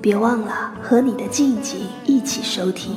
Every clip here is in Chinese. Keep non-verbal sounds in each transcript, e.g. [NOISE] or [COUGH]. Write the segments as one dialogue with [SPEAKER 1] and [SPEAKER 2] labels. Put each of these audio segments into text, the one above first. [SPEAKER 1] 别忘了和你的静静一起收听。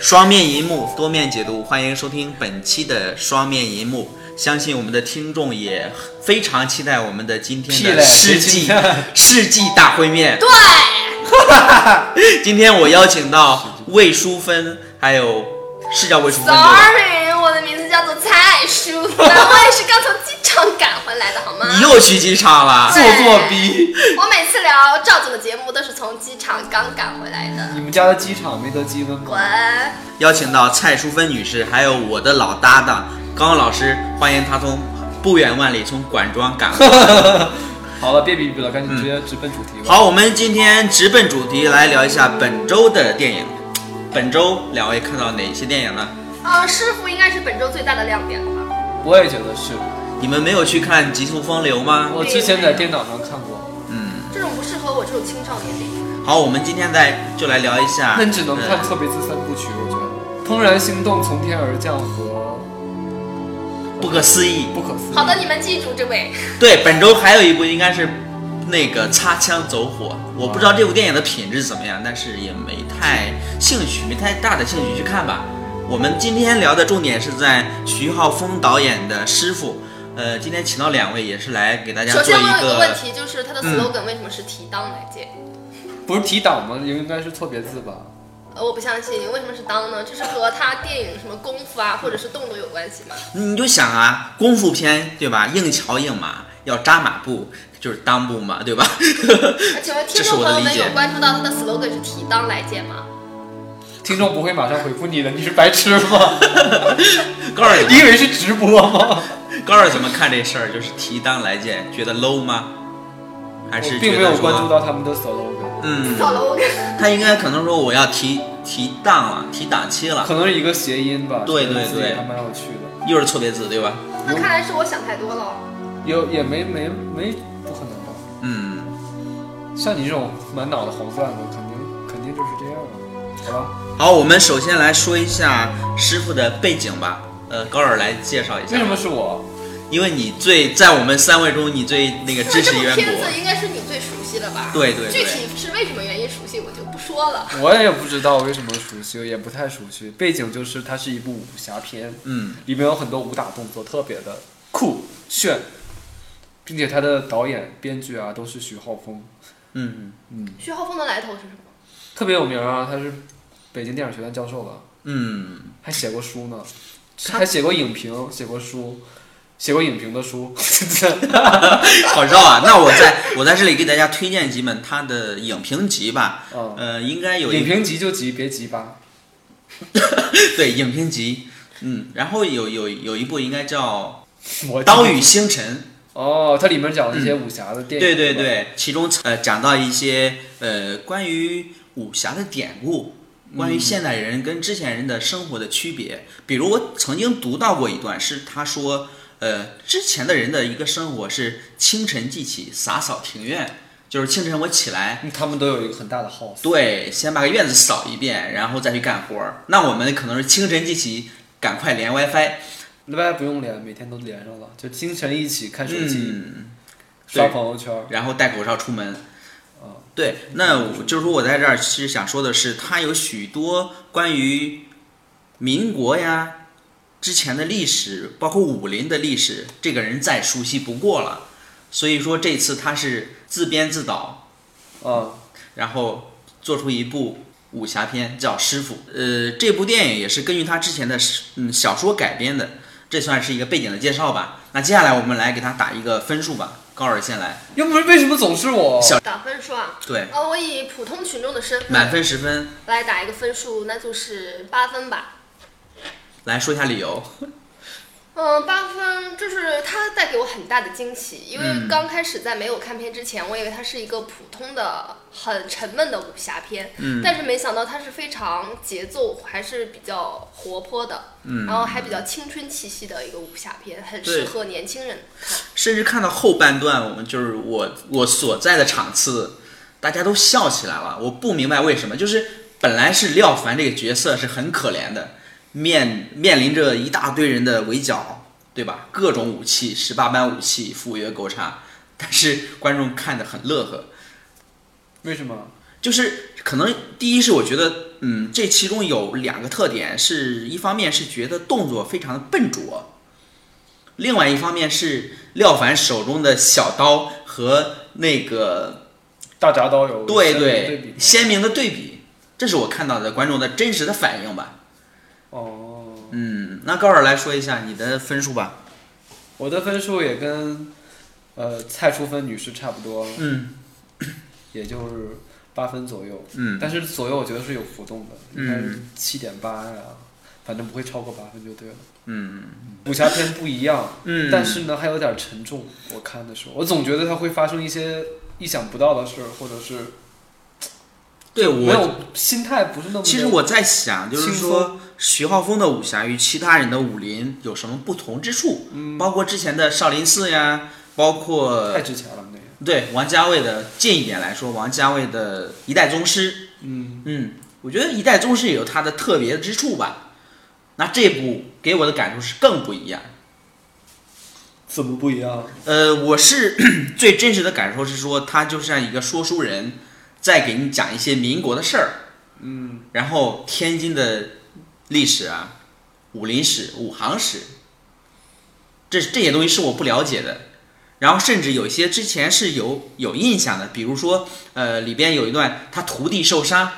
[SPEAKER 2] 双面银幕，多面解读，欢迎收听本期的双面银幕。相信我们的听众也非常期待我们的今天
[SPEAKER 3] 屁
[SPEAKER 2] 的
[SPEAKER 3] 嘞
[SPEAKER 2] 世纪
[SPEAKER 3] [LAUGHS] 谁期待
[SPEAKER 2] 世纪大会面。对， [LAUGHS] 今天我邀请到魏淑芬，还有是叫魏淑芬对吧？
[SPEAKER 4] Sorry，我的名字叫做蔡
[SPEAKER 2] [LAUGHS]
[SPEAKER 4] 淑芬，我也是刚从机场赶回来的，好吗？
[SPEAKER 2] 你又去机场了？
[SPEAKER 4] 对
[SPEAKER 3] 做作逼。 [LAUGHS]
[SPEAKER 4] 我每次聊赵总的节目都是从机场刚赶回来的。
[SPEAKER 3] 你们家的机场没得积分
[SPEAKER 4] 滚
[SPEAKER 3] 吗？！
[SPEAKER 2] 邀请到蔡淑芬女士，还有我的老搭档高老师，欢迎她从不远万里从管庄赶回来。
[SPEAKER 3] 好了，别比比了，赶紧
[SPEAKER 2] 嗯
[SPEAKER 3] 直接直奔主题吧。
[SPEAKER 2] 好，我们今天直奔主题来聊一下本周的电影。本周两位看到哪些电影呢？
[SPEAKER 4] 呃，师傅应该是本周最大的亮点了吧？
[SPEAKER 3] 我也觉得是，
[SPEAKER 2] 你们没有去看《极速风流》吗？
[SPEAKER 3] 我之前在电脑上看过，
[SPEAKER 2] 嗯，
[SPEAKER 4] 这种不适合我这种青少年电影。
[SPEAKER 2] 好，我们今天再就来聊一下。
[SPEAKER 3] 那只能看
[SPEAKER 2] 呃
[SPEAKER 3] 特别字三部曲，我觉
[SPEAKER 2] 嗯
[SPEAKER 3] 得《怦然心动》《从天而降》和
[SPEAKER 2] 不可思议。
[SPEAKER 3] 《不可思议》。
[SPEAKER 4] 好的，，你们记住这位。
[SPEAKER 2] 对，本周还有一部应该是那个《擦枪走火》，我不知道这部电影的品质怎么样，但是也没太兴趣，没太大的兴趣去看吧。我们今天聊的重点是在徐浩峰导演的《师傅》，呃，今天请到两位也是来给大家
[SPEAKER 4] 首
[SPEAKER 2] 做
[SPEAKER 4] 先，
[SPEAKER 2] 一
[SPEAKER 4] 我有
[SPEAKER 2] 个
[SPEAKER 4] 个问题，就是他的
[SPEAKER 2] 嗯
[SPEAKER 4] slogan 为什么是提当来接？
[SPEAKER 3] 不是提档吗？也应该是错别字吧？
[SPEAKER 4] 呃，我不相信，为什么是当呢？这是和他电影什么功夫啊，或者是动作有关系
[SPEAKER 2] [COUGHS]
[SPEAKER 4] 吗？
[SPEAKER 2] 你就想啊，功夫片对吧？硬桥硬马，要扎马步，就是裆部嘛，对吧？ [LAUGHS]
[SPEAKER 4] 那请问听
[SPEAKER 2] 这是
[SPEAKER 4] 众
[SPEAKER 2] 我的理
[SPEAKER 4] 朋友们
[SPEAKER 2] 解
[SPEAKER 4] 有关注到他的 slogan 是提当来接吗？
[SPEAKER 3] 听众不会马上回复你的，你是白痴
[SPEAKER 2] [LAUGHS]
[SPEAKER 3] 吗？
[SPEAKER 2] 高二
[SPEAKER 3] 你以为是直播吗？
[SPEAKER 2] 高二怎么看这事儿？就是提裆来见，觉得 low 吗？还是
[SPEAKER 3] 我并
[SPEAKER 2] 觉
[SPEAKER 3] 没有
[SPEAKER 2] 得
[SPEAKER 3] 关注
[SPEAKER 2] 说，
[SPEAKER 3] 到他们的 slogan，
[SPEAKER 2] 嗯，
[SPEAKER 4] 好了，我跟
[SPEAKER 2] 他应该可能说我要提提档了，提档期了
[SPEAKER 3] 可，能是一个谐音吧。
[SPEAKER 2] 对
[SPEAKER 3] 这个字
[SPEAKER 2] 对对
[SPEAKER 3] 也还蛮有趣的，
[SPEAKER 2] 又是错别字对吧？
[SPEAKER 4] 那看来是我想太多了。
[SPEAKER 3] 有也没没没不可能吧？
[SPEAKER 2] 嗯，
[SPEAKER 3] 像你这种满脑子黄段子，肯定肯定就是这样了，好吧？
[SPEAKER 2] 好，我们首先来说一下师傅的背景吧。呃，高二来介绍一下，
[SPEAKER 3] 为什么？是我？
[SPEAKER 2] 因为你最在我们三位中，你最那个
[SPEAKER 4] 因为
[SPEAKER 2] 知
[SPEAKER 4] 这
[SPEAKER 2] 识
[SPEAKER 4] 部
[SPEAKER 2] 渊
[SPEAKER 4] 片
[SPEAKER 2] 博
[SPEAKER 4] 子。应该是你最熟悉的吧？
[SPEAKER 2] 对对对
[SPEAKER 4] 具体是为什么原因熟悉，我就不说了。
[SPEAKER 3] 我也不知道为什么熟悉，也不太熟悉。背景就是它是一部武侠片，
[SPEAKER 2] 嗯，
[SPEAKER 3] 里面有很多武打动作，特别的酷炫，并且它的导演、编剧啊都是徐浩峰，
[SPEAKER 2] 嗯
[SPEAKER 4] 徐浩峰的来头是什么？
[SPEAKER 3] 特别有名啊。他是北京电影学院教授吧，
[SPEAKER 2] 嗯，
[SPEAKER 3] 还写过书呢，还写过影评，写过书，写过影评的书。 [LAUGHS]
[SPEAKER 2] [LAUGHS] 好绕啊！那我在我在这里给大家推荐几本他的影评集吧。
[SPEAKER 3] 嗯
[SPEAKER 2] 呃，应该有
[SPEAKER 3] 影
[SPEAKER 2] 一
[SPEAKER 3] 评急就急，别急吧。
[SPEAKER 2] 对影评集，嗯，然后有有有一部应该叫
[SPEAKER 3] 我
[SPEAKER 2] 《刀与星辰
[SPEAKER 3] 哦，它里面讲了一些武侠的》，电
[SPEAKER 2] 嗯
[SPEAKER 3] 影，
[SPEAKER 2] 对对，对，其中呃讲到一些呃关于武侠的典故。关
[SPEAKER 3] 嗯
[SPEAKER 2] 于现代人跟之前人的生活的区别，比如我曾经读到过一段，是他说，呃，之前的人的一个生活是清晨即起，洒扫庭院，就是清晨我起来，
[SPEAKER 3] 嗯他们都有一个很大的 house。
[SPEAKER 2] 对，先把院子扫一遍，然后再去干活儿。那我们可能是清晨即起，赶快连 WiFi。
[SPEAKER 3] 礼拜不用连，每天都连上了，就清晨一起看手机、
[SPEAKER 2] 嗯，
[SPEAKER 3] 刷
[SPEAKER 2] 对
[SPEAKER 3] 朋友圈。
[SPEAKER 2] 然后戴口罩出门。哦对，那我就是说我在这儿其实想说的是，它有许多关于民国呀之前的历史，包括武林的历史，这个人再熟悉不过了。所以说这次他是自编自导，
[SPEAKER 3] 啊，
[SPEAKER 2] 然后做出一部武侠片叫《师傅》。呃，这部电影也是根据他之前的嗯小说改编的，这算是一个背景的介绍吧。那接下来我们来给他打一个分数吧。高尔先来，
[SPEAKER 3] 要不然为什么总是我？
[SPEAKER 2] 小
[SPEAKER 4] 打分数啊。
[SPEAKER 2] 对，
[SPEAKER 4] 哦，我以普通群众的身
[SPEAKER 2] 满
[SPEAKER 4] 份
[SPEAKER 2] 分十分，
[SPEAKER 4] 来打一个分数，那就是八分吧。
[SPEAKER 2] 来说一下理由。
[SPEAKER 4] 嗯，八分就是它带给我很大的惊喜，因
[SPEAKER 2] 嗯
[SPEAKER 4] 为刚开始在没有看片之前，我以为它是一个普通的、很沉闷的武侠片，
[SPEAKER 2] 嗯
[SPEAKER 4] 但是没想到它是非常节奏还是比较活泼的，
[SPEAKER 2] 嗯
[SPEAKER 4] 然后还比较青春气息的一个武侠片，很
[SPEAKER 2] 对
[SPEAKER 4] 适合年轻人看。
[SPEAKER 2] 甚至看到后半段，我们就是我我所在的场次，大家都笑起来了。我不明白为什么，就是本来是廖凡这个角色是很可怜的，面面临着一大堆人的围剿，对吧？各种武器，十八般武器，斧钺钩叉，但是观众看得很乐呵。
[SPEAKER 3] 为什么？
[SPEAKER 2] 就是可能第一是我觉得，嗯，这其中有两个特点，是一方面是觉得动作非常的笨拙，另外一方面是廖凡手中的小刀和那个
[SPEAKER 3] 大铡刀有
[SPEAKER 2] 对
[SPEAKER 3] 鲜明对
[SPEAKER 2] 对
[SPEAKER 3] 比
[SPEAKER 2] 鲜明的对比，这是我看到的观众的真实的反应吧。
[SPEAKER 3] 哦，
[SPEAKER 2] 嗯，那高尔来说一下你的分数吧。
[SPEAKER 3] 我的分数也跟呃蔡淑芬女士差不多，
[SPEAKER 2] 嗯
[SPEAKER 3] 也就是八分左右。
[SPEAKER 2] 嗯，
[SPEAKER 3] 但是左右我觉得是有浮动的，应该是
[SPEAKER 2] 嗯
[SPEAKER 3] 七点八呀，反正不会超过八分就对了。
[SPEAKER 2] 嗯
[SPEAKER 3] 武侠片不一样，
[SPEAKER 2] 嗯，
[SPEAKER 3] 但是呢还有点沉重。我看的时候，我总觉得它会发生一些意想不到的事儿，或者是
[SPEAKER 2] 对
[SPEAKER 3] 没
[SPEAKER 2] 我
[SPEAKER 3] 有心态不是那么。
[SPEAKER 2] 其实我在想，就是
[SPEAKER 3] 轻
[SPEAKER 2] 说徐浩峰的武侠与其他人的武林有什么不同之处？
[SPEAKER 3] 嗯
[SPEAKER 2] 包括之前的少林寺呀，包括
[SPEAKER 3] 太值钱了那个，
[SPEAKER 2] 对王家卫的近一点来说，王家卫的《一代宗师》，
[SPEAKER 3] 嗯，
[SPEAKER 2] 嗯，我觉得《一代宗师》也有它的特别之处吧。那这部给我的感受是更不一样。
[SPEAKER 3] 怎么不一样？
[SPEAKER 2] 呃，我是 [CLEARS THROAT] 最真实的感受是说，他就像一个说书人，在给你讲一些民国的事儿，
[SPEAKER 3] 嗯，
[SPEAKER 2] 然后天津的历史啊、武林史、武行史，这这些东西是我不了解的。然后甚至有一些之前是有有印象的，比如说，呃，里边有一段他徒弟受伤，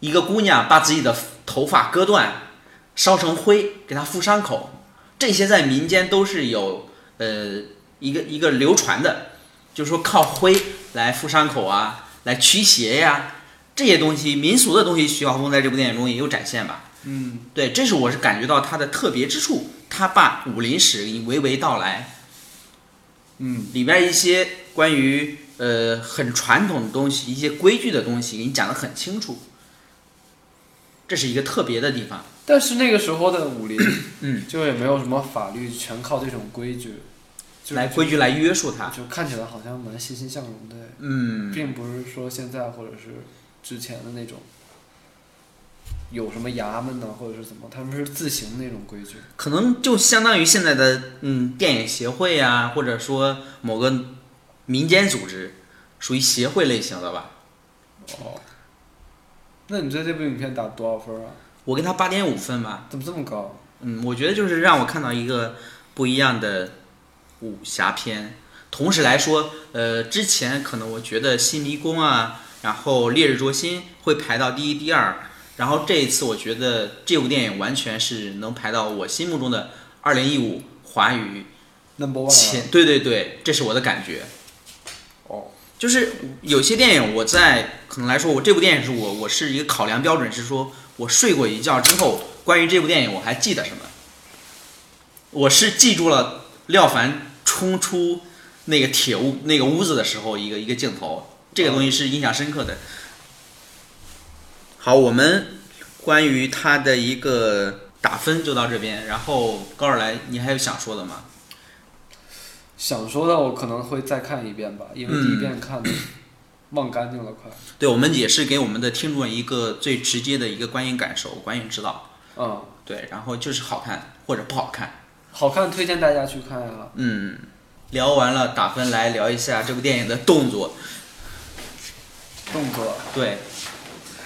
[SPEAKER 2] 一个姑娘把自己的头发割断，烧成灰给他敷伤口，这些在民间都是有呃一个一个流传的，就是说靠灰来敷伤口啊，来驱邪呀、这些东西民俗的东西，徐浩峰在这部电影中也有展现吧。
[SPEAKER 3] 嗯，
[SPEAKER 2] 对，这是我是感觉到他的特别之处，他把武林史给你娓娓道来，
[SPEAKER 3] 嗯，
[SPEAKER 2] 里边一些关于呃很传统的东西，一些规矩的东西给你讲得很清楚，这是一个特别的地方。
[SPEAKER 3] 但是那个时候的武林，
[SPEAKER 2] 嗯，
[SPEAKER 3] 就也没有什么法律，全靠这种规矩，就是
[SPEAKER 2] 来规矩来约束他，
[SPEAKER 3] 就看起来好像蛮欣欣向荣的，
[SPEAKER 2] 嗯，
[SPEAKER 3] 并不是说现在或者是之前的那种有什么衙门呐、或者是怎么，他们是自行的那种规矩。
[SPEAKER 2] 可能就相当于现在的嗯电影协会啊，或者说某个民间组织，属于协会类型的吧。
[SPEAKER 3] 哦，那你对这部影片打多少分啊？
[SPEAKER 2] 我给他八点五分吧。
[SPEAKER 3] 怎么这么高？啊
[SPEAKER 2] 嗯，我觉得就是让我看到一个不一样的武侠片。同时来说，呃，之前可能我觉得《新迷宫》啊，然后《烈日灼心》会排到第一、第二，然后这一次我觉得这部电影完全是能排到我心目中的二零一五华语
[SPEAKER 3] number one 啊
[SPEAKER 2] 前。对对对，这是我的感觉。
[SPEAKER 3] 哦，
[SPEAKER 2] 就是有些电影，我在可能来说，我这部电影是我我是一个考量标准是说，我睡过一觉之后，关于这部电影我还记得什么？我是记住了廖凡冲出那个铁屋那个屋子的时候一个一个镜头，这个东西是印象深刻的。好，我们关于他的一个打分就到这边，然后高尔来，你还有想说的吗？
[SPEAKER 3] 想说的我可能会再看一遍吧，因为
[SPEAKER 2] 嗯
[SPEAKER 3] 第一遍看的忘干净了快。
[SPEAKER 2] 对我们也是给我们的听众一个最直接的一个观影感受、观影指导。
[SPEAKER 3] 嗯，
[SPEAKER 2] 对，然后就是好看或者不好看。
[SPEAKER 3] 好看，推荐大家去看啊。
[SPEAKER 2] 嗯，聊完了打分，来聊一下这部电影的动作。
[SPEAKER 3] 动作。
[SPEAKER 2] 对，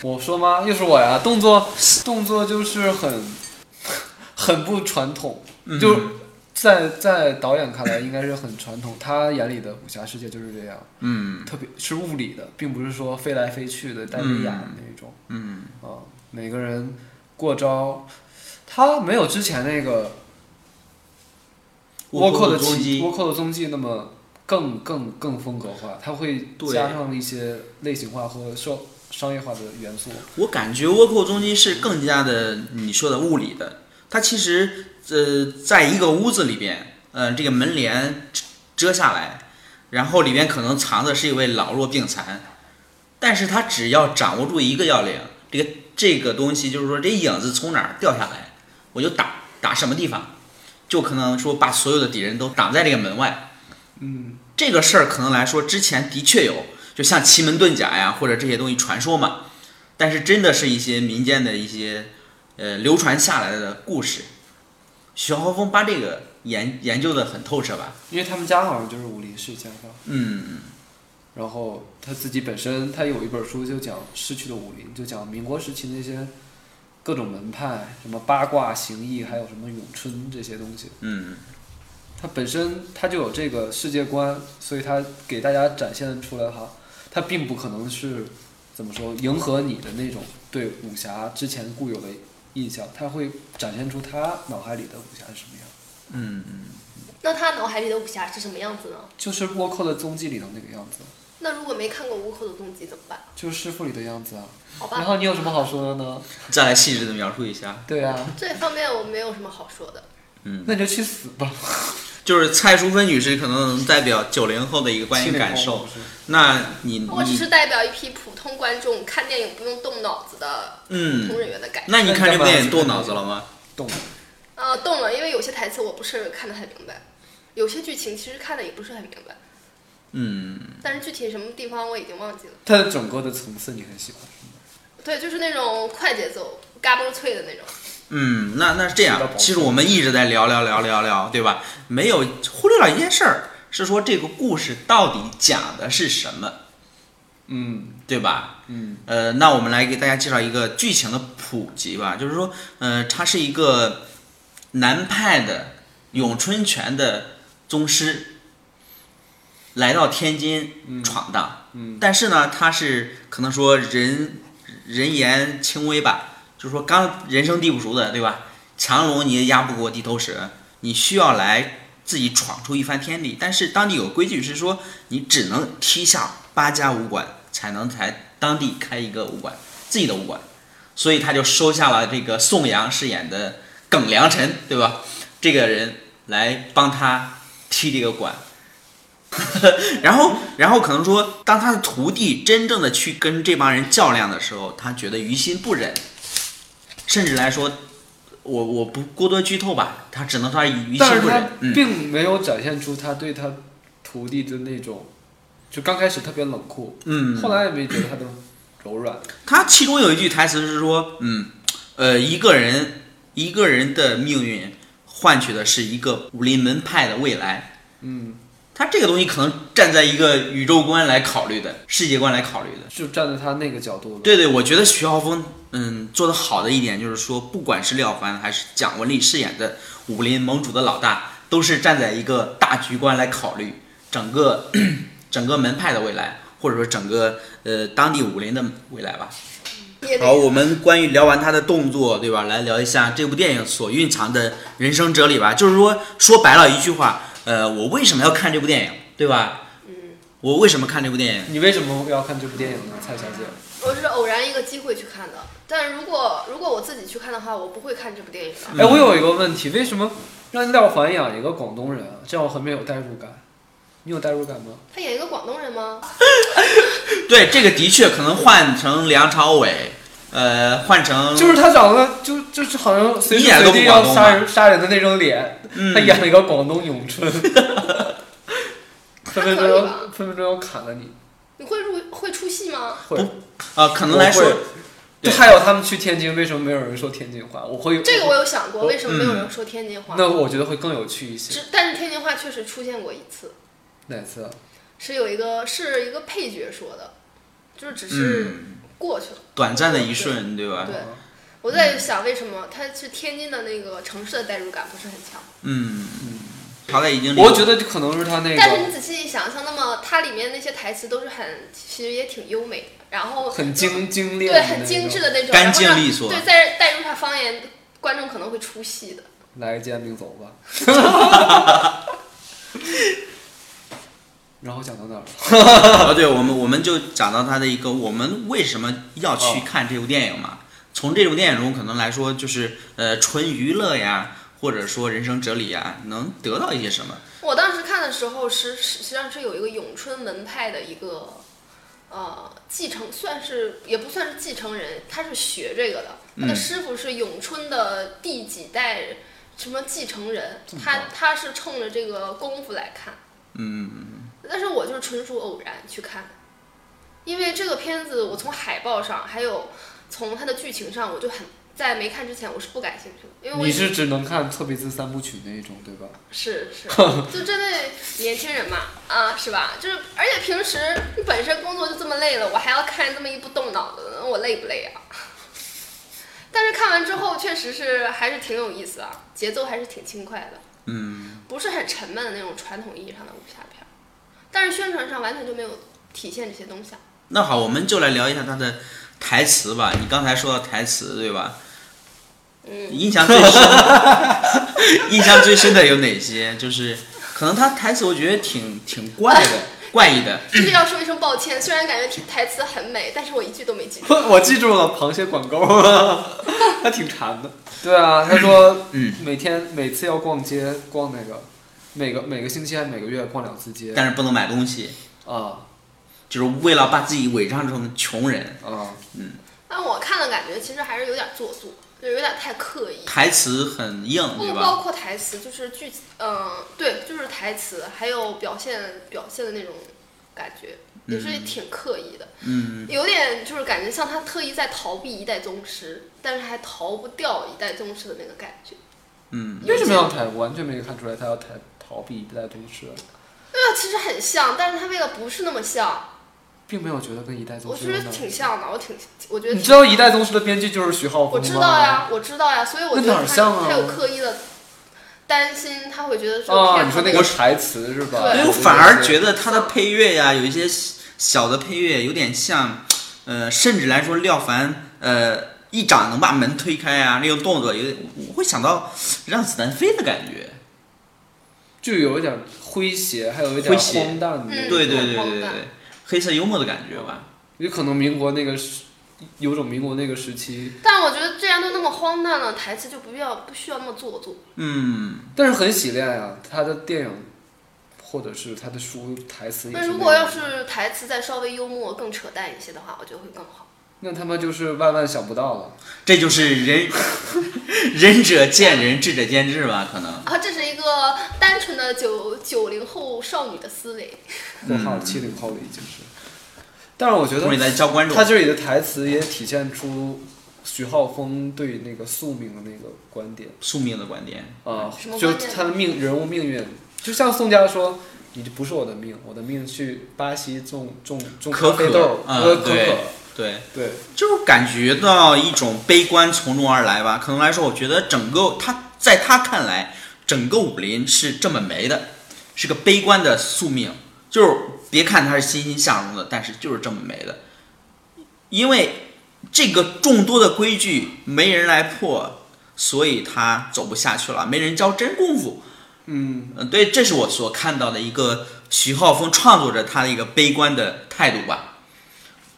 [SPEAKER 3] 我说吗？又是我呀！
[SPEAKER 2] [LAUGHS]
[SPEAKER 3] 动作，动作就是很，很不传统，
[SPEAKER 2] 嗯
[SPEAKER 3] 就在在导演看来应该是很传统，他眼里的武侠世界就是这样，
[SPEAKER 2] 嗯
[SPEAKER 3] 特别是物理的，并不是说飞来飞去的戴维亚的那种
[SPEAKER 2] 嗯
[SPEAKER 3] 啊、每个人过招，他没有之前那个倭寇的
[SPEAKER 2] 的攻
[SPEAKER 3] 奇
[SPEAKER 2] 击
[SPEAKER 3] 倭，寇的踪迹那么更更更风格化，它会
[SPEAKER 2] 对
[SPEAKER 3] 加上一些类型化和商商业化的元素。
[SPEAKER 2] 我感觉倭寇中心是更加的你说的物理的，它其实呃在一个屋子里边，呃这个门帘遮遮下来，然后里边可能藏的是一位老弱病残，但是他只要掌握住一个要领，这个这个东西就是说这影子从哪儿掉下来，我就打打什么地方，就可能说把所有的敌人都挡在这个门外，
[SPEAKER 3] 嗯，
[SPEAKER 2] 这个事儿可能来说，之前的确有，就像奇门遁甲呀，或者这些东西传说嘛，但是真的是一些民间的一些呃流传下来的故事。徐浩峰把这个研研究的很透彻吧？
[SPEAKER 3] 因为他们家好像就是武林世家吧。
[SPEAKER 2] 嗯，
[SPEAKER 3] 然后他自己本身他有一本书就讲逝去的武林，就讲民国时期那些各种门派，什么八卦、形意，还有什么咏春这些东西。
[SPEAKER 2] 嗯
[SPEAKER 3] 他本身他就有这个世界观，所以他给大家展现出来哈，他并不可能是怎么说迎合你的那种对武侠之前固有的印象，他会展现出他脑海里的武侠是什么样，
[SPEAKER 2] 嗯，
[SPEAKER 4] 那他脑海里的武侠是什么样子呢？
[SPEAKER 3] 就是倭寇的踪迹里头那个样子，
[SPEAKER 4] 那如果没看过《倭寇的踪迹》怎么办？
[SPEAKER 3] 就是师傅里的样子啊。
[SPEAKER 4] 好吧，
[SPEAKER 3] 然后你有什么好说的呢？
[SPEAKER 2] 再来细致的描述一下。
[SPEAKER 3] 对啊，
[SPEAKER 4] 这方面我没有什么好说的。
[SPEAKER 3] 那你就去死吧。
[SPEAKER 2] 就是蔡淑芬女士可能能代表九零后的一个观影感
[SPEAKER 3] 心里头
[SPEAKER 2] 受
[SPEAKER 3] 不。是
[SPEAKER 2] 那你
[SPEAKER 4] 我只
[SPEAKER 2] 你
[SPEAKER 4] 是代表一批普通观众看电影不用动脑子的普通
[SPEAKER 2] 嗯，
[SPEAKER 4] 人员的感受。
[SPEAKER 2] 那你看这部电影动脑子了吗？
[SPEAKER 3] 动了，
[SPEAKER 4] 啊、动了，因为有些台词我不是看得很明白，有些剧情其实看的也不是很明白，
[SPEAKER 2] 嗯，
[SPEAKER 4] 但是具体什么地方我已经忘记了。
[SPEAKER 3] 它的整个的层次你很喜欢，
[SPEAKER 4] 对，就是那种快节奏、嘎嘣脆的那种。
[SPEAKER 2] 嗯，那那是这样
[SPEAKER 3] 吃到饱，
[SPEAKER 2] 其实我们一直在聊聊聊聊聊，对吧？没有忽略了一件事儿，是说这个故事到底讲的是什么，
[SPEAKER 3] 嗯
[SPEAKER 2] 对吧？
[SPEAKER 3] 嗯，
[SPEAKER 2] 呃，那我们来给大家介绍一个剧情的普及吧，就是说，呃，他是一个南派的咏春拳的宗师，来到天津闯荡，
[SPEAKER 3] 嗯
[SPEAKER 2] 但是呢，他是可能说人人言轻微吧，就是说刚人生地不熟的，对吧？强龙你也压不过地头蛇，你需要来自己闯出一番天地。但是当地有规矩是说，你只能踢下八家武馆，才能在当地开一个武馆，自己的武馆。所以他就收下了这个宋阳饰演的耿良辰，对吧？这个人来帮他踢这个馆。 [LAUGHS] 然后，然后可能说，当他的徒弟真正的去跟这帮人较量的时候，他觉得于心不忍，甚至来说，我我不过多剧透吧，他只能说他于
[SPEAKER 3] 但
[SPEAKER 2] 心
[SPEAKER 3] 是
[SPEAKER 2] 不
[SPEAKER 3] 他
[SPEAKER 2] 忍。嗯，
[SPEAKER 3] 并没有展现出他对他徒弟的那种，就刚开始特别冷酷，
[SPEAKER 2] 嗯
[SPEAKER 3] 后来也没觉得他的柔软，
[SPEAKER 2] 他其中有一句台词是说，嗯，呃，一个人一个人的命运换取的是一个武林门派的未来。
[SPEAKER 3] 嗯，
[SPEAKER 2] 他这个东西可能站在一个宇宙观来考虑的，世界观来考虑的。
[SPEAKER 3] 就站在他那个角度了，
[SPEAKER 2] 对对，我觉得徐浩峰，嗯，做的好的一点就是说，不管是廖凡还是蒋雯丽饰演的武林盟主的老大，都是站在一个大局观来考虑整个 [CLEARS THROAT] 整个门派的未来，或者说整个呃当地武林的未来吧。
[SPEAKER 4] 也
[SPEAKER 2] 好，
[SPEAKER 4] 得
[SPEAKER 2] 我们关于聊完他的动作，对吧？来聊一下这部电影所蕴藏的人生哲理吧。就是说，说白了一句话，呃，我为什么要看这部电影，对吧？
[SPEAKER 4] 嗯，
[SPEAKER 2] 我为什么看这部电影？
[SPEAKER 3] 你为什么要看这部电影呢，蔡小姐？
[SPEAKER 4] 我是偶然一个机会去看的，但如果如果我自己去看的话，我不会看这部电影的。
[SPEAKER 2] 嗯
[SPEAKER 3] 哎，我有一个问题，为什么让廖凡演一个广东人啊？这样我很没有代入感。你有代入感吗？
[SPEAKER 4] 他演一个广东人吗？
[SPEAKER 2] 对，这个的确可能换成梁朝伟，呃，换成
[SPEAKER 3] 就是他长得就就是好像随时
[SPEAKER 2] 你演
[SPEAKER 3] 随
[SPEAKER 2] 个
[SPEAKER 3] 地
[SPEAKER 2] 广
[SPEAKER 3] 要
[SPEAKER 2] 东
[SPEAKER 3] 杀
[SPEAKER 2] 吗
[SPEAKER 3] 人杀人的那种脸，
[SPEAKER 2] 嗯
[SPEAKER 3] 他演了一个广东
[SPEAKER 2] [LAUGHS]
[SPEAKER 3] 咏春，分分钟要
[SPEAKER 4] 还可以吧
[SPEAKER 3] 分分钟要砍了你。
[SPEAKER 4] 你会入会出戏吗？
[SPEAKER 3] 会，
[SPEAKER 2] 呃，可能来说
[SPEAKER 3] 我会
[SPEAKER 2] 对
[SPEAKER 3] 就还有他们去天津，为什么没有人说天津话？我
[SPEAKER 2] 嗯
[SPEAKER 3] 会
[SPEAKER 4] 这个我有想
[SPEAKER 2] 哦
[SPEAKER 4] 过，
[SPEAKER 3] 我
[SPEAKER 4] 为什么没有人说天津话？
[SPEAKER 3] 那我觉得会更有趣一些。
[SPEAKER 4] 只但是天津话确实出现过一次，
[SPEAKER 3] 哪次啊？
[SPEAKER 4] 是有一个是一个配角说的，就是只是
[SPEAKER 2] 嗯，
[SPEAKER 4] 过去了。
[SPEAKER 2] 短暂的一瞬，对吧？
[SPEAKER 4] 对，我在想为什么他是天津的那个城市的代入感不是很强，
[SPEAKER 2] 嗯，好歹已经离
[SPEAKER 3] 我觉得这可能是他那
[SPEAKER 4] 但是
[SPEAKER 3] 个
[SPEAKER 4] 你仔细一想，像那么它里面那些台词都是很，其实也挺优美的，然后
[SPEAKER 3] 很精精炼的
[SPEAKER 4] 对，
[SPEAKER 3] 那种，
[SPEAKER 4] 很精致的那种，
[SPEAKER 2] 干净
[SPEAKER 4] 然后让
[SPEAKER 2] 利索
[SPEAKER 4] 对，再带入他方言，观众可能会出戏的。
[SPEAKER 3] 来个煎饼走吧。 [LAUGHS] 然后讲到哪儿了？
[SPEAKER 2] [LAUGHS] 啊，对，我们我们就讲到他的一个，我们为什么要去
[SPEAKER 3] 哦
[SPEAKER 2] 看这部电影嘛？从这部电影中可能来说，就是呃，纯娱乐呀，或者说人生哲理呀，能得到一些什么？
[SPEAKER 4] 我当时看的时候是，实实际上是有一个咏春门派的一个，呃，继承算是也不算是继承人，他是学这个的，他的
[SPEAKER 2] 嗯
[SPEAKER 4] 师傅是咏春的第几代什么继承人
[SPEAKER 3] 这，么
[SPEAKER 4] 他
[SPEAKER 3] 高
[SPEAKER 4] 他是冲着这个功夫来看，
[SPEAKER 2] 嗯，
[SPEAKER 4] 但是我就是纯属偶然去看，因为这个片子我从海报上还有从它的剧情上，我就很在没看之前我是不感兴趣的，因为我
[SPEAKER 3] 你
[SPEAKER 4] 已
[SPEAKER 3] 是只能看特别兹三部曲那一种，对吧？
[SPEAKER 4] 是是，就针对年轻人嘛，啊，是吧？就是，而且平时你本身工作就这么累了，我还要看这么一部动脑子的，我累不累啊？ [LAUGHS] 但是看完之后，确实是还是挺有意思啊，节奏还是挺轻快的，嗯，不是很沉闷的那种传统意义上的武侠片儿，但是宣传上完全就没有体现这些东西啊。
[SPEAKER 2] 那好，我们就来聊一下他的台词吧。你刚才说到台词，对吧？
[SPEAKER 4] 嗯，
[SPEAKER 2] 印象最深， [LAUGHS] 印象最深的有哪些？就是可能他台词，我觉得挺挺怪的，怪异的。
[SPEAKER 4] 这是要说一声抱歉，虽然感觉台词很美，但是我一句都没记住。
[SPEAKER 3] [LAUGHS] 我记住了螃蟹管够， [LAUGHS] 还挺馋的。对啊，他说，
[SPEAKER 2] 嗯，
[SPEAKER 3] 每天每次要逛街逛那个，每个每个星期还每个月逛两次街
[SPEAKER 2] 但是不能买东西，
[SPEAKER 3] 啊
[SPEAKER 2] 就是为了把自己伪装成穷人。
[SPEAKER 3] 啊，
[SPEAKER 4] 但我看了感觉其实还是有点做作，就有点太刻意。
[SPEAKER 2] 台词很硬，对
[SPEAKER 4] 不
[SPEAKER 2] 吧？
[SPEAKER 4] 包括台词，就是剧，嗯、对，就是台词，还有表现表现的那种感觉，也
[SPEAKER 3] 嗯
[SPEAKER 4] 是挺刻意的，
[SPEAKER 2] 嗯，
[SPEAKER 4] 有点就是感觉像他特意在逃避一代宗师，但是还逃不掉一代宗师的那个感觉。
[SPEAKER 2] 嗯，
[SPEAKER 3] 为什么要抬？我完全没看出来他要抬逃避一代宗师，
[SPEAKER 4] 对啊，其实很像，但是他为了不是那么像，
[SPEAKER 3] 并没有觉得跟一代宗
[SPEAKER 4] 我
[SPEAKER 3] 师
[SPEAKER 4] 觉
[SPEAKER 3] 有
[SPEAKER 4] 得
[SPEAKER 3] 哪
[SPEAKER 4] 挺像的，我挺，我觉得
[SPEAKER 3] 你
[SPEAKER 4] 挺
[SPEAKER 3] 知道一代宗师的编剧就是徐浩峰吗？
[SPEAKER 4] 我知道呀，我知道呀，所以我
[SPEAKER 3] 那
[SPEAKER 4] 觉得
[SPEAKER 3] 哪
[SPEAKER 4] 他
[SPEAKER 3] 儿像啊
[SPEAKER 4] 他有刻意的担心，他会觉得说
[SPEAKER 3] 啊，
[SPEAKER 4] 偏
[SPEAKER 3] 你说
[SPEAKER 4] 袒
[SPEAKER 3] 那
[SPEAKER 4] 那
[SPEAKER 3] 个台词是吧？
[SPEAKER 4] 对
[SPEAKER 2] 所以我反而觉得他的配乐呀、有一些小的配乐有点像，呃，甚至来说廖凡呃一掌能把门推开啊，那种动作有点，我会想到让子弹飞的感觉。
[SPEAKER 3] 就有一点诙谐，还有一点
[SPEAKER 2] 诙谐
[SPEAKER 3] 荒诞的那
[SPEAKER 4] 嗯
[SPEAKER 3] 种。
[SPEAKER 2] 对对对
[SPEAKER 4] 好
[SPEAKER 2] 对对
[SPEAKER 4] 棒
[SPEAKER 2] 对，黑色幽默的感觉吧。
[SPEAKER 3] 也可能民国那个时，有种民国那个时期，
[SPEAKER 4] 但我觉得既然都那么荒诞了，台词就不要不需要那么做作。
[SPEAKER 2] 嗯，
[SPEAKER 3] 但是很洗练啊，他的电影或者是他的书台词也
[SPEAKER 4] 那
[SPEAKER 3] 是
[SPEAKER 4] 如
[SPEAKER 3] 那
[SPEAKER 4] 果要
[SPEAKER 3] 样。
[SPEAKER 4] 是台词再稍微幽默、更扯淡一些的话，我觉得会更好。
[SPEAKER 3] 那他妈就是万万想不到了。
[SPEAKER 2] 这就是仁 [LAUGHS] 仁者见仁，智者见智吧，可能。
[SPEAKER 4] 啊，这是一个单纯的九九零后少女的思维。
[SPEAKER 3] （
[SPEAKER 2] 嗯
[SPEAKER 3] 括号七零后了已经是）但是我觉
[SPEAKER 2] 同时
[SPEAKER 3] 得
[SPEAKER 2] 在教观众
[SPEAKER 3] 他，这里的台词也体现出徐浩峰对那个宿命的那个观点
[SPEAKER 2] 宿命的观点。
[SPEAKER 3] 啊
[SPEAKER 4] 什么，
[SPEAKER 3] 就
[SPEAKER 4] 观点
[SPEAKER 3] 他的命人物命运，就像宋佳说。你不是我的命，我的命去巴西种种种
[SPEAKER 2] 可
[SPEAKER 3] 咖
[SPEAKER 2] 可
[SPEAKER 3] 啡豆，呃
[SPEAKER 2] 嗯
[SPEAKER 3] 喝可可，
[SPEAKER 2] 对对，
[SPEAKER 3] 对，
[SPEAKER 2] 就感觉到一种悲观从中而来吧。可能来说，我觉得整个他在他看来，整个武林是这么没的，是个悲观的宿命。就是别看他是欣欣向荣的，但是就是这么没的，因为这个众多的规矩没人来破，所以他走不下去了，没人教真功夫。
[SPEAKER 3] 嗯，
[SPEAKER 2] 嗯，对，这是我所看到的一个徐浩峰创作者他的一个悲观的态度吧。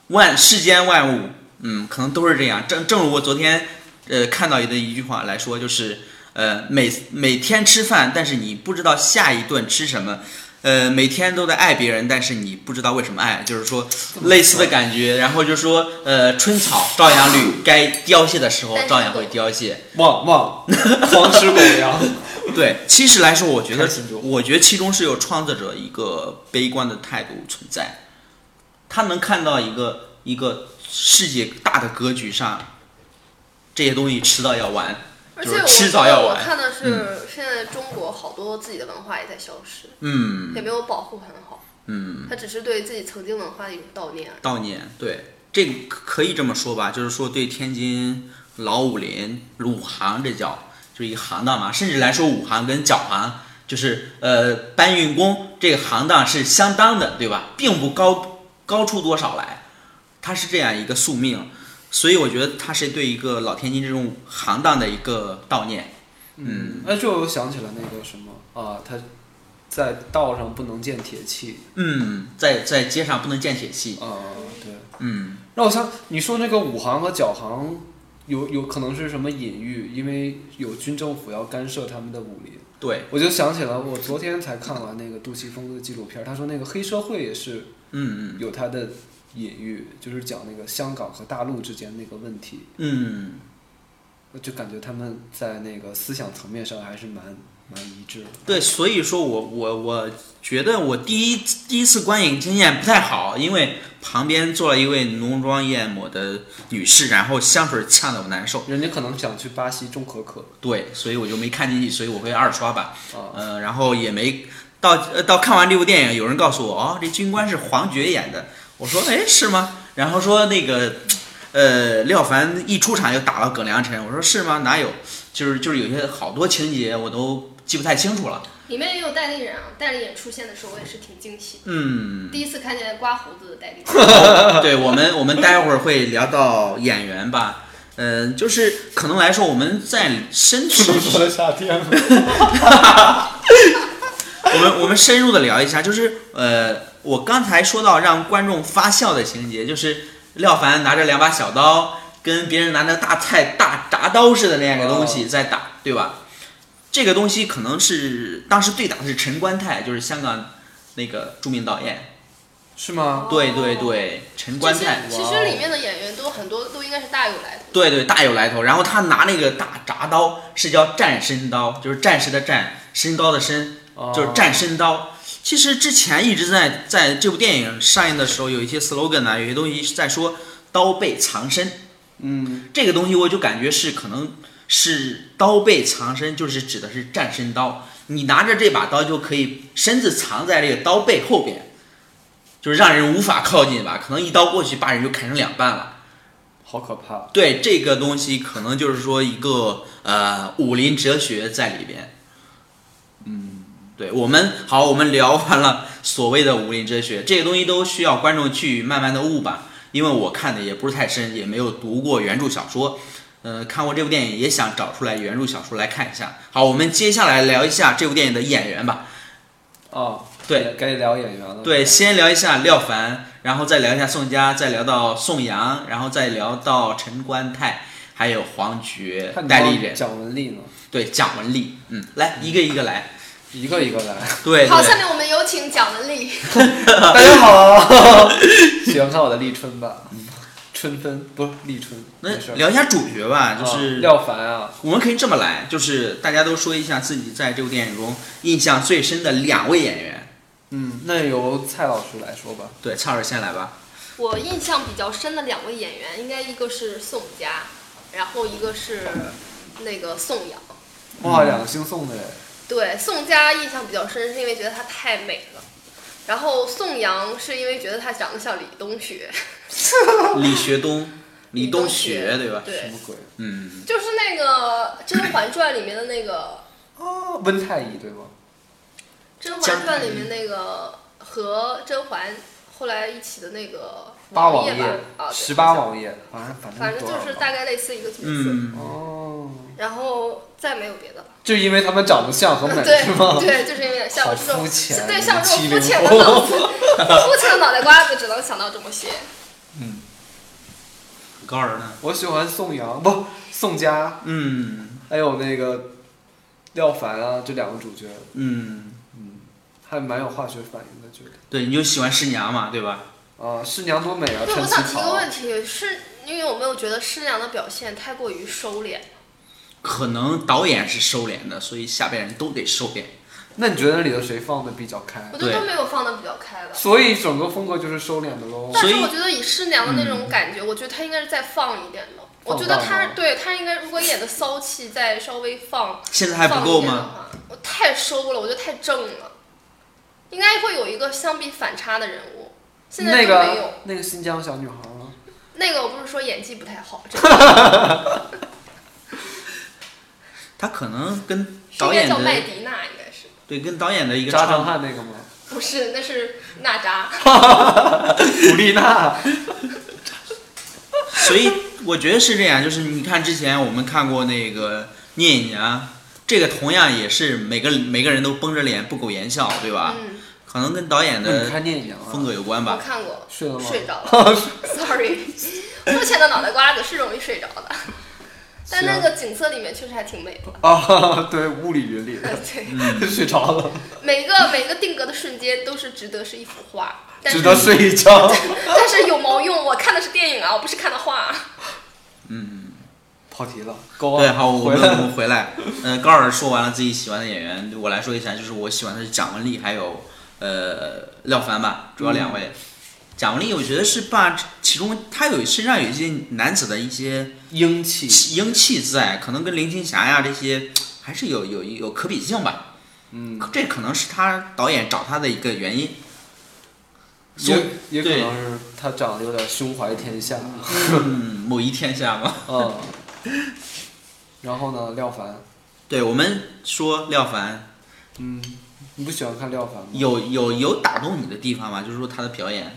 [SPEAKER 2] 万世间万物，嗯，可能都是这样。正正如我昨天呃看到的一句话来说，就是呃每每天吃饭，但是你不知道下一顿吃什么。呃，每天都在爱别人，但是你不知道为什么爱，就是说类似的感觉。然后就说，呃，春草照样绿，该凋谢的时候
[SPEAKER 4] 但是
[SPEAKER 2] 照样会
[SPEAKER 4] 懂
[SPEAKER 2] 凋谢。[LAUGHS]
[SPEAKER 3] 旺旺，狂吃狗粮，
[SPEAKER 2] 嗯对，其实来说，我觉得
[SPEAKER 3] 开心就，好
[SPEAKER 2] 我觉得其中是有创作者一个悲观的态度存在，他能看到一个一个世界大的格局上，这些东西迟早要完，
[SPEAKER 4] 而
[SPEAKER 2] 就
[SPEAKER 4] 且
[SPEAKER 2] 是
[SPEAKER 4] 我
[SPEAKER 2] 迟
[SPEAKER 4] 觉
[SPEAKER 2] 早要嗯
[SPEAKER 4] 得我
[SPEAKER 2] 完。
[SPEAKER 4] 看的是现在中国好多自己的文化也在消失，
[SPEAKER 2] 嗯
[SPEAKER 4] 也没有保护很好。
[SPEAKER 2] 嗯，
[SPEAKER 4] 他只是对自己曾经文化的一种悼念而已。
[SPEAKER 2] 悼念，对，这个可以这么说吧，就是说对天津、老武林、鲁杭这叫就是一个行当嘛，甚至来说武行跟角行就是呃搬运工这个行当是相当的，对吧？并不高高出多少来，它是这样一个宿命，所以我觉得它是对一个老天津这种行当的一个悼念。嗯
[SPEAKER 3] 哎，这我又想起来那个什么啊，他在道上不能见铁器
[SPEAKER 2] 嗯，在在街上不能见铁器。
[SPEAKER 3] 啊，对。
[SPEAKER 2] 嗯，
[SPEAKER 3] 让我想，你说那个五行和角行有有可能是什么隐喻？因为有军政府要干涉他们的武林，
[SPEAKER 2] 对，
[SPEAKER 3] 我就想起来，我昨天才看完那个杜琪峰的纪录片，他说那个黑社会也是
[SPEAKER 2] 嗯嗯
[SPEAKER 3] 有他的隐喻，就是讲那个香港和大陆之间那个问题，
[SPEAKER 2] 嗯。
[SPEAKER 3] 我就感觉他们在那个思想层面上还是蛮蛮一致的。
[SPEAKER 2] 对，所以说我我我觉得我第一第一次观影经验不太好，因为旁边坐了一位浓妆艳抹的女士，然后香水呛得我难受。
[SPEAKER 3] 人家可能想去巴西种可可
[SPEAKER 2] 对，所以我就没看进去，所以我会二刷吧。
[SPEAKER 3] 啊，
[SPEAKER 2] 呃，然后也没到呃到看完这部电影，有人告诉我哦，这军官是黄觉演的。我说哎是吗？然后说那个呃廖凡一出场就打了耿良辰，我说是吗？哪有？就是就是有些好多情节我都记不太清楚了。
[SPEAKER 4] 里面也有戴丽人啊，戴丽人出现的时候，我也是挺惊喜的。
[SPEAKER 2] 嗯。
[SPEAKER 4] 第一次看见刮胡子的
[SPEAKER 2] [LAUGHS]
[SPEAKER 4] 戴丽人，
[SPEAKER 2] 对我们，我们待会儿会聊到演员吧。嗯、就是可能来说，我们在深深，
[SPEAKER 3] 的夏天
[SPEAKER 2] 我们我们深入的聊一下，就是呃，我刚才说到让观众发笑的情节，就是廖凡拿着两把小刀，跟别人拿着大菜大铡刀似的那样的东西在打，对吧？这个东西可能是当时对打的是陈观泰，就是香港那个著名导演。
[SPEAKER 3] 是吗？
[SPEAKER 2] 对对对，陈观
[SPEAKER 4] 其实
[SPEAKER 2] 泰。
[SPEAKER 4] 其实里面的演员都很多都应该是大有来头。
[SPEAKER 2] 对对，大有来头。然后他拿那个大铡刀是叫战身刀，就是战士的战，身高的身，
[SPEAKER 3] 哦
[SPEAKER 2] 就是战身刀。其实之前一直在在这部电影上映的时候，有一些 slogan 啊，有些东西是在说刀背藏身。
[SPEAKER 3] 嗯，
[SPEAKER 2] 这个东西我就感觉是可能是刀背藏身，就是指的是战身刀。你拿着这把刀就可以身子藏在这个刀背后边，就是让人无法靠近吧。可能一刀过去把人就砍成两半了。
[SPEAKER 3] 好可怕。
[SPEAKER 2] 对这个东西，可能就是说一个呃武林哲学在里边。嗯，对我们好，我们聊完了所谓的武林哲学，这个东西都需要观众去慢慢的悟吧。因为我看的也不是太深，也没有读过原著小说，呃，看过这部电影也想找出来原著小说来看一下。好，我们接下来聊一下这部电影的演员吧。
[SPEAKER 3] 哦，
[SPEAKER 2] 对
[SPEAKER 3] 也，该聊演员了。
[SPEAKER 2] 对，先聊一下廖凡，然后再聊一下宋佳，再聊到宋阳，然后再聊到陈观泰，还有黄觉
[SPEAKER 3] 看、你
[SPEAKER 2] 戴
[SPEAKER 3] 刚
[SPEAKER 2] 立人，
[SPEAKER 3] 蒋雯丽呢，
[SPEAKER 2] 对蒋雯丽，嗯，来一个一个来，
[SPEAKER 3] 一个一个来。
[SPEAKER 2] 对
[SPEAKER 4] 好，下
[SPEAKER 2] 对，
[SPEAKER 4] 面我们有请蒋雯丽。
[SPEAKER 3] [LAUGHS] 大家 [LAUGHS] 好，喜欢看我的立春吧？嗯，春分不是立春，
[SPEAKER 2] 那
[SPEAKER 3] 没事儿。
[SPEAKER 2] 聊一下主角吧，就
[SPEAKER 3] 啊
[SPEAKER 2] 是、
[SPEAKER 3] 廖凡啊，
[SPEAKER 2] 我们可以这么来，就是大家都说一下自己在这部电影中印象最深的两位演员，
[SPEAKER 3] 嗯，那由蔡老师来说吧。
[SPEAKER 2] 对，蔡老师先来吧，
[SPEAKER 4] 我印象比较深的两位演员，应该一个是宋佳，然后一个是那个宋阳。
[SPEAKER 3] 哇，两个姓宋的人，
[SPEAKER 4] 对，宋佳印象比较深，是因为觉得她太美了。然后宋阳是因为觉得她长得像李东学，
[SPEAKER 2] 李学东，李东
[SPEAKER 4] 东
[SPEAKER 2] 学，对吧？
[SPEAKER 3] 什
[SPEAKER 4] 对
[SPEAKER 3] 么，鬼？
[SPEAKER 2] 嗯，
[SPEAKER 4] 就是那个《甄嬛传》里面的那个
[SPEAKER 3] 啊，温太医对吗？
[SPEAKER 4] 《甄
[SPEAKER 2] 江
[SPEAKER 4] 嬛传》里面那个和甄嬛后来一起的那个
[SPEAKER 3] 八王
[SPEAKER 4] 王爷吧，啊，对
[SPEAKER 3] 十八，王爷，反正反正
[SPEAKER 4] 反正
[SPEAKER 3] 多少
[SPEAKER 4] 就是
[SPEAKER 3] 王
[SPEAKER 4] 大概类似一个角色。
[SPEAKER 2] 嗯，
[SPEAKER 3] 哦，
[SPEAKER 4] 然后再没有别的了。
[SPEAKER 3] 就因为他们长得像和美
[SPEAKER 4] 对
[SPEAKER 3] 是吗？
[SPEAKER 4] 对，就是因为像
[SPEAKER 3] 好
[SPEAKER 4] 我这种
[SPEAKER 3] 肤浅
[SPEAKER 4] 是对像我这种
[SPEAKER 3] 70
[SPEAKER 4] 肤浅的脑子，肤浅的脑袋瓜子只能想到这么些。
[SPEAKER 2] 高人呢？
[SPEAKER 3] 我喜欢宋阳，不宋佳，
[SPEAKER 2] 嗯
[SPEAKER 3] 还有那个廖凡啊，这两个主角
[SPEAKER 2] 嗯，
[SPEAKER 3] 还蛮有化学反应的，觉得。
[SPEAKER 2] 对，你就喜欢师娘嘛，对吧？
[SPEAKER 3] 啊，师娘多美啊！
[SPEAKER 4] 对，
[SPEAKER 3] 陈
[SPEAKER 4] 我
[SPEAKER 3] 其
[SPEAKER 4] 想提个
[SPEAKER 3] 豪
[SPEAKER 4] 问题，是你有没有觉得师娘的表现太过于收敛？
[SPEAKER 2] 可能导演是收敛的，所以下边人都得收敛。
[SPEAKER 3] 那你觉得里头谁放的比较开
[SPEAKER 4] 我？觉得
[SPEAKER 2] 对
[SPEAKER 4] 都没有放的比较开的。
[SPEAKER 3] 所以整个风格就是收敛的喽。
[SPEAKER 4] 但
[SPEAKER 2] 所
[SPEAKER 4] 是
[SPEAKER 2] 以
[SPEAKER 4] 我觉得以师娘的那种感觉，我觉得她应该是再放一点的。我觉得
[SPEAKER 3] 嗯放大
[SPEAKER 4] 她
[SPEAKER 3] 吗
[SPEAKER 4] 对她应该如果演的骚气再稍微放
[SPEAKER 2] 现在还不够
[SPEAKER 4] 放一点的
[SPEAKER 2] 吗？
[SPEAKER 4] 话？我太收了，我觉得太正了。应该会有一个相比反差的人物。现在
[SPEAKER 3] 那
[SPEAKER 4] 都没有。
[SPEAKER 3] 个那个新疆小女孩吗？
[SPEAKER 4] 那个我不是说演技不太好，真的
[SPEAKER 2] 他可能跟
[SPEAKER 4] 是
[SPEAKER 2] 导
[SPEAKER 4] 应该
[SPEAKER 2] 演
[SPEAKER 4] 叫
[SPEAKER 2] 的
[SPEAKER 4] 麦迪娜，应该是
[SPEAKER 2] 对跟导演的一个
[SPEAKER 3] 扎
[SPEAKER 2] 创
[SPEAKER 3] 张翰那个吗？
[SPEAKER 4] 不是？那是娜扎。
[SPEAKER 3] 古丽娜，
[SPEAKER 4] 嗯
[SPEAKER 2] 所以我觉得是这样，就是你看之前我们看过那个《聂隐娘》，这个同样也是每个每个人都绷着脸不苟言笑，对吧？
[SPEAKER 4] 嗯，
[SPEAKER 2] 可能跟导演
[SPEAKER 3] 那你
[SPEAKER 2] 的
[SPEAKER 3] 看电影啊？
[SPEAKER 2] 呃风格有关
[SPEAKER 4] 我
[SPEAKER 2] 吧。
[SPEAKER 4] 看过，
[SPEAKER 3] 睡了吗？
[SPEAKER 4] 睡着了。Sorry，肤 [LAUGHS] 浅的脑袋瓜子是容易睡着的，但那个景色里面确实还挺美的。
[SPEAKER 3] 啊， [LAUGHS] 对，雾里云里的，
[SPEAKER 4] 对，
[SPEAKER 2] 嗯
[SPEAKER 3] 睡着了，
[SPEAKER 4] 每个每个定格的瞬间都是值得是一幅画，但
[SPEAKER 3] 只
[SPEAKER 4] 是
[SPEAKER 3] 得睡一
[SPEAKER 4] [LAUGHS]
[SPEAKER 3] 觉。
[SPEAKER 4] 但是有毛用？我看的是电影啊，我不是看的画、
[SPEAKER 3] 跑题了，高
[SPEAKER 2] 对，好，我
[SPEAKER 3] 回
[SPEAKER 2] 们我
[SPEAKER 3] 来。
[SPEAKER 2] 们回来。嗯，高老师说完了自己喜欢的演员，对我来说一下，就是我喜欢的是蒋雯丽，还有呃廖凡吧，主要两位。
[SPEAKER 3] 嗯
[SPEAKER 2] 蒋雯丽，我觉得是把其中她有身上有一些男子的一些
[SPEAKER 3] 英气，
[SPEAKER 2] 英气在，可能跟林青霞呀这些还是有有有可比性吧。
[SPEAKER 3] 嗯，
[SPEAKER 2] 这可能是他导演找他的一个原因。
[SPEAKER 3] 也
[SPEAKER 2] 所
[SPEAKER 3] 也可
[SPEAKER 2] 对
[SPEAKER 3] 能是他长得有点胸怀天下
[SPEAKER 2] 嗯，某一天下嘛。
[SPEAKER 3] [LAUGHS] 嗯。然后呢，廖凡，
[SPEAKER 2] 对我们说廖凡
[SPEAKER 3] 嗯，你不喜欢看廖凡吗？
[SPEAKER 2] 有有有打动你的地方吗？就是说他的表演。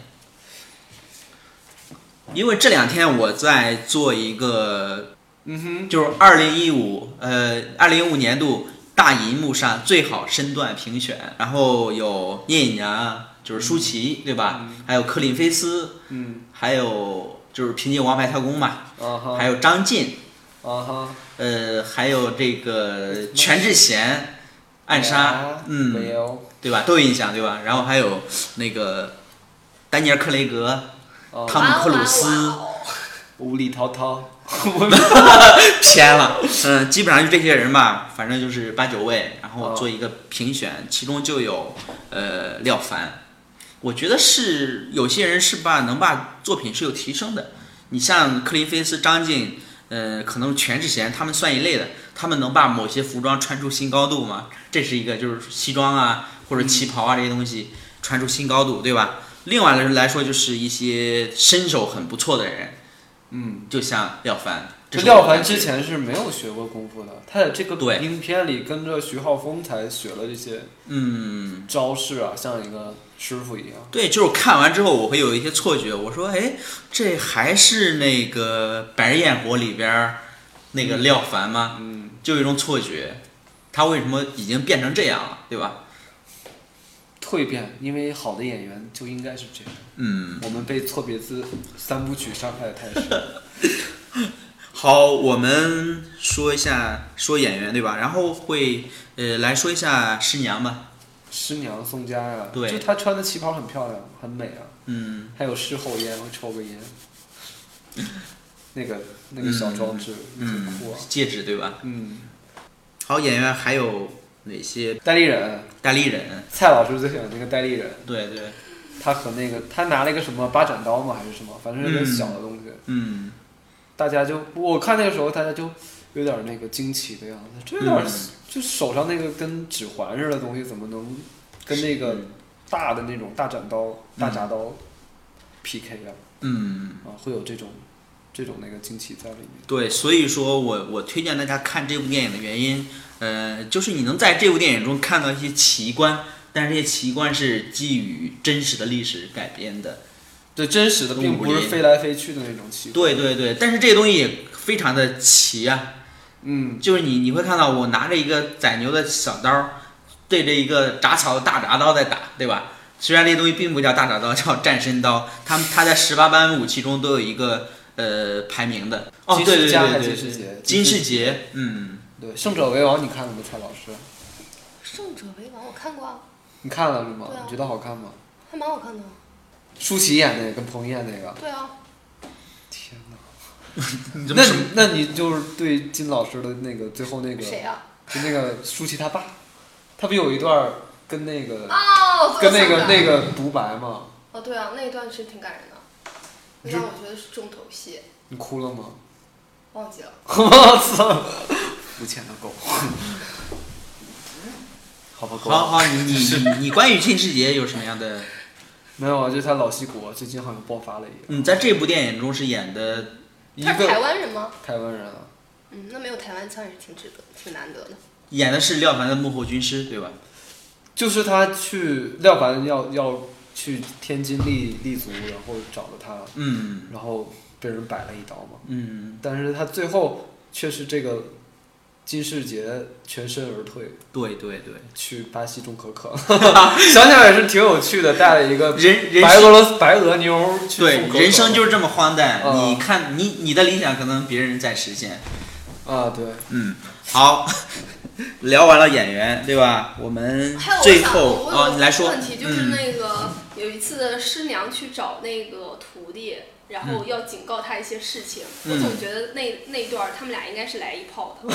[SPEAKER 2] 因为这两天我在做一个，
[SPEAKER 3] 嗯哼，
[SPEAKER 2] 就是二零一五呃二零一五年度大银幕上最好身段评选，然后有聂隐娘，就是舒淇、对吧？还有克林菲斯，
[SPEAKER 3] 嗯，
[SPEAKER 2] 还有就是凭借《王牌特工》嘛，
[SPEAKER 3] 啊哈，
[SPEAKER 2] 还有张晋，
[SPEAKER 3] 啊哈，
[SPEAKER 2] 呃，还有这个全智贤暗杀
[SPEAKER 3] 啊，没
[SPEAKER 2] 嗯，
[SPEAKER 3] 有，
[SPEAKER 2] 对吧？都有印象，对吧？然后还有那个丹尼尔·克雷格、
[SPEAKER 3] 啊，
[SPEAKER 2] 汤姆·克鲁
[SPEAKER 4] 哇
[SPEAKER 2] 斯
[SPEAKER 4] 哦哇哦
[SPEAKER 3] 无理滔 [LAUGHS] 滔，
[SPEAKER 2] 偏了，嗯，基本上就这些人吧，反正就是八九位，然后
[SPEAKER 3] 哦
[SPEAKER 2] 做一个评选，其中就有呃廖凡，我觉得是有些人是把能把作品是有提升的，你像克林菲斯、张晋。呃，可能全智贤他们算一类的，他们能把某些服装穿出新高度吗？这是一个，就是西装啊或者旗袍啊这些东西穿出新高度，对吧？另外来说就是一些身手很不错的人，
[SPEAKER 3] 嗯，
[SPEAKER 2] 就像廖凡。这
[SPEAKER 3] 这
[SPEAKER 2] 是我
[SPEAKER 3] 廖凡
[SPEAKER 2] 感觉
[SPEAKER 3] 之前是没有学过功夫的，他在这个
[SPEAKER 2] 对
[SPEAKER 3] 影片里跟着徐浩峰才学了这些
[SPEAKER 2] 嗯，
[SPEAKER 3] 招式啊，像一个师傅一样。
[SPEAKER 2] 对，就是看完之后我会有一些错觉，我说，哎，这还是那个《白日焰火》里边儿那个廖凡吗？
[SPEAKER 3] 嗯，
[SPEAKER 2] 就有一种错觉，他为什么已经变成这样了，对吧？
[SPEAKER 3] 蜕变，因为好的演员就应该是
[SPEAKER 2] [LAUGHS]
[SPEAKER 3] 这样。
[SPEAKER 2] 嗯，
[SPEAKER 3] 我们被错别字三部曲伤害的太深。
[SPEAKER 2] 好，我们说一下说演员对吧？然后会呃来说一下师娘吧，
[SPEAKER 3] 师娘宋佳呀、
[SPEAKER 2] 对
[SPEAKER 3] 就她穿的旗袍很漂亮，很美啊。
[SPEAKER 2] 嗯，
[SPEAKER 3] 还有事后烟，会抽个烟。那个那个小装置，
[SPEAKER 2] 嗯
[SPEAKER 3] 挺酷啊。
[SPEAKER 2] 戒指对吧？
[SPEAKER 3] 嗯，
[SPEAKER 2] 好，演员还有哪些
[SPEAKER 3] 戴立忍，
[SPEAKER 2] 戴立忍？
[SPEAKER 3] 蔡老师最喜欢那个戴立忍，
[SPEAKER 2] 对对，
[SPEAKER 3] 他和那个他拿了一个什么八斩刀吗？还是什么？反正是
[SPEAKER 2] 嗯
[SPEAKER 3] 个小的东西。
[SPEAKER 2] 嗯。
[SPEAKER 3] 大家就我看那个时候，大家就有点那个惊奇的样子，这有点、
[SPEAKER 2] 嗯
[SPEAKER 3] 就手上那个跟指环似的东西，怎么能跟那个
[SPEAKER 2] 嗯
[SPEAKER 3] 大的那种大斩刀、大铡刀 PK 啊？
[SPEAKER 2] 嗯
[SPEAKER 3] 啊，会有这种这种那个惊奇在里面。
[SPEAKER 2] 对，所以说我我推荐大家看这部电影的原因，呃，就是你能在这部电影中看到一些奇观，但是这些奇观是基于真实的历史改编的。
[SPEAKER 3] 对，真实的
[SPEAKER 2] 动
[SPEAKER 3] 并
[SPEAKER 2] 物
[SPEAKER 3] 不是
[SPEAKER 2] 里
[SPEAKER 3] 飞来飞去的那种奇。
[SPEAKER 2] 对对对，但是这个东西也非常的奇啊，
[SPEAKER 3] 嗯，
[SPEAKER 2] 就是你你会看到我拿着一个宰牛的小刀，对着一个铡草的大铡刀在打，对吧？虽然这东西并不叫大铡刀， [LAUGHS] 叫战神刀，他们它在十八般武器中都有一个呃排名的。哦，
[SPEAKER 3] 金
[SPEAKER 2] 对对
[SPEAKER 3] 世佳还
[SPEAKER 2] 对
[SPEAKER 3] 是
[SPEAKER 2] 对对
[SPEAKER 3] 金世杰，
[SPEAKER 2] 金世
[SPEAKER 3] 金世
[SPEAKER 2] 杰，嗯。
[SPEAKER 3] 对，《胜者为王》你看了吗，蔡老师？
[SPEAKER 4] 胜者为王，我看过啊，
[SPEAKER 3] 你看了是吗？
[SPEAKER 4] 对啊
[SPEAKER 3] 你觉得好看吗？
[SPEAKER 4] 还蛮好看的啊。
[SPEAKER 3] 舒淇演那个跟彭于晏那个，
[SPEAKER 4] 对啊，
[SPEAKER 3] 天哪！
[SPEAKER 2] 你怎
[SPEAKER 3] 那
[SPEAKER 2] 么什么
[SPEAKER 3] 你那你就是对金老师的那个最后那个
[SPEAKER 4] 谁啊？
[SPEAKER 3] 就那个舒淇他爸，他不有一段儿跟那个、
[SPEAKER 4] 哦，
[SPEAKER 3] 跟那个那
[SPEAKER 4] 个。
[SPEAKER 3] 个独白吗？
[SPEAKER 4] 哦，对啊，那一段是挺感人的，那
[SPEAKER 3] 你是
[SPEAKER 4] 让我觉得是重头戏，
[SPEAKER 3] 你哭了吗？ [LAUGHS]
[SPEAKER 4] 忘记了。
[SPEAKER 3] 我操！肤浅的狗。 [LAUGHS] 好吧，够了
[SPEAKER 2] 好好，你你
[SPEAKER 3] [LAUGHS]
[SPEAKER 2] 你你关于《进世杰》有什么样的？
[SPEAKER 3] 没有啊，就是他老西国最近好像爆发了一
[SPEAKER 2] 你在这部电影中是演的，
[SPEAKER 3] 样，一
[SPEAKER 4] 他是台
[SPEAKER 3] 个
[SPEAKER 4] 湾人吗？
[SPEAKER 3] 台湾人啊，
[SPEAKER 4] 嗯，那没有台湾腔也是挺值得、挺难得的。
[SPEAKER 2] 演的是廖凡的幕后军师，对吧？
[SPEAKER 3] 就是他去廖凡要要去天津立立足，然后找了他，
[SPEAKER 2] 嗯
[SPEAKER 3] 然后被人摆了一刀嘛，
[SPEAKER 2] 嗯，
[SPEAKER 3] 但是他最后却是这个金世杰全身而退，
[SPEAKER 2] 对对对，
[SPEAKER 3] 去巴西种可 [LAUGHS] 可，想想也是挺有趣的，带了一个
[SPEAKER 2] 人人
[SPEAKER 3] 白
[SPEAKER 2] 生
[SPEAKER 3] 俄罗斯白俄妞儿去
[SPEAKER 2] 对
[SPEAKER 3] 种可可，
[SPEAKER 2] 人生就是这么荒诞。
[SPEAKER 3] 嗯
[SPEAKER 2] 你看你你的理想可能别人在实现。
[SPEAKER 3] 啊，对，
[SPEAKER 2] 嗯，好， [LAUGHS] 聊完了演员，对吧？我们
[SPEAKER 4] 还有我
[SPEAKER 2] 最
[SPEAKER 4] 想
[SPEAKER 2] 后
[SPEAKER 4] 我
[SPEAKER 2] 啊、
[SPEAKER 4] 有
[SPEAKER 2] 你来说，
[SPEAKER 4] 问题就是
[SPEAKER 2] 嗯，
[SPEAKER 4] 那个、有一次的师娘去找那个徒弟，然
[SPEAKER 2] 嗯
[SPEAKER 4] 后要警告他一些事情。我总觉得那那段儿他们俩应该是来一
[SPEAKER 2] [LAUGHS]
[SPEAKER 4] 炮的，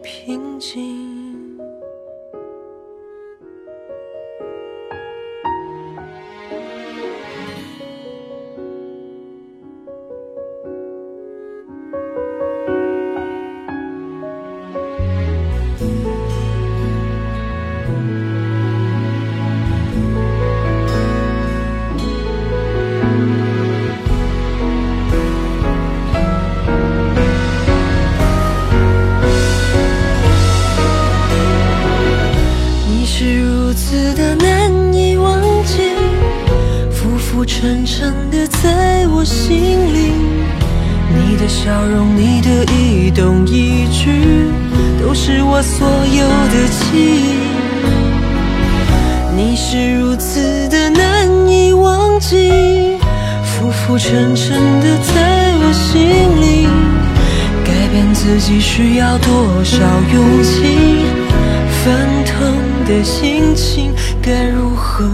[SPEAKER 5] 平静？你是如此的难以忘记，浮浮沉沉的在我心里。你的笑容，你的一动一举，都是我所有的记忆。你是如此的难以忘记，浮浮沉沉的在我心里。改变自己需要多少勇气？翻腾的心情该如何？